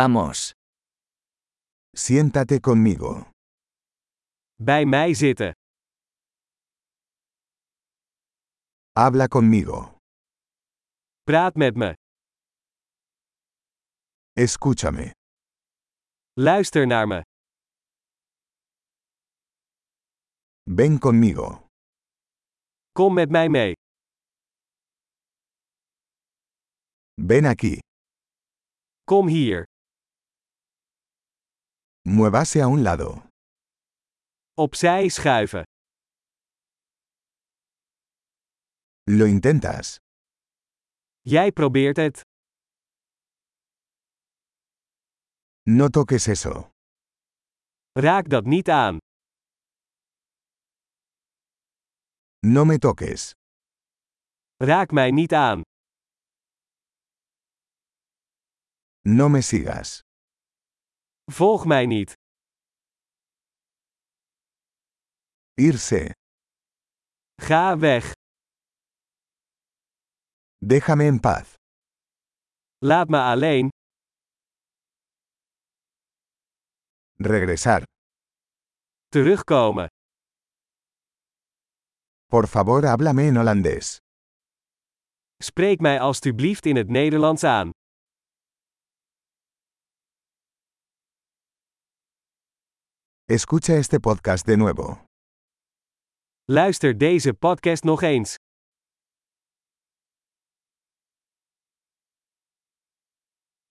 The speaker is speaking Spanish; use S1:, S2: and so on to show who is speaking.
S1: Vamos.
S2: Siéntate conmigo.
S3: Bij mij zitten.
S2: Habla conmigo.
S3: Praat met me.
S2: Escúchame.
S3: Luister naar me.
S2: Ven conmigo.
S3: Kom met mij mee.
S2: Ven aquí.
S3: Kom hier.
S2: Muévase a un lado.
S3: Opzij schuiven.
S2: Lo intentas.
S3: Jij probeert het.
S2: No toques eso.
S3: Raak dat niet aan.
S2: No me toques.
S3: Raak mij niet aan.
S2: No me sigas.
S3: Volg mij niet.
S2: Irse.
S3: Ga weg.
S2: Déjame en paz.
S3: Laat me alleen.
S2: Regresar.
S3: Terugkomen.
S2: Por favor, háblame en holandés.
S3: Spreek mij alstublieft in het Nederlands aan.
S2: Escucha este podcast de nuevo.
S3: Luister deze podcast nog eens.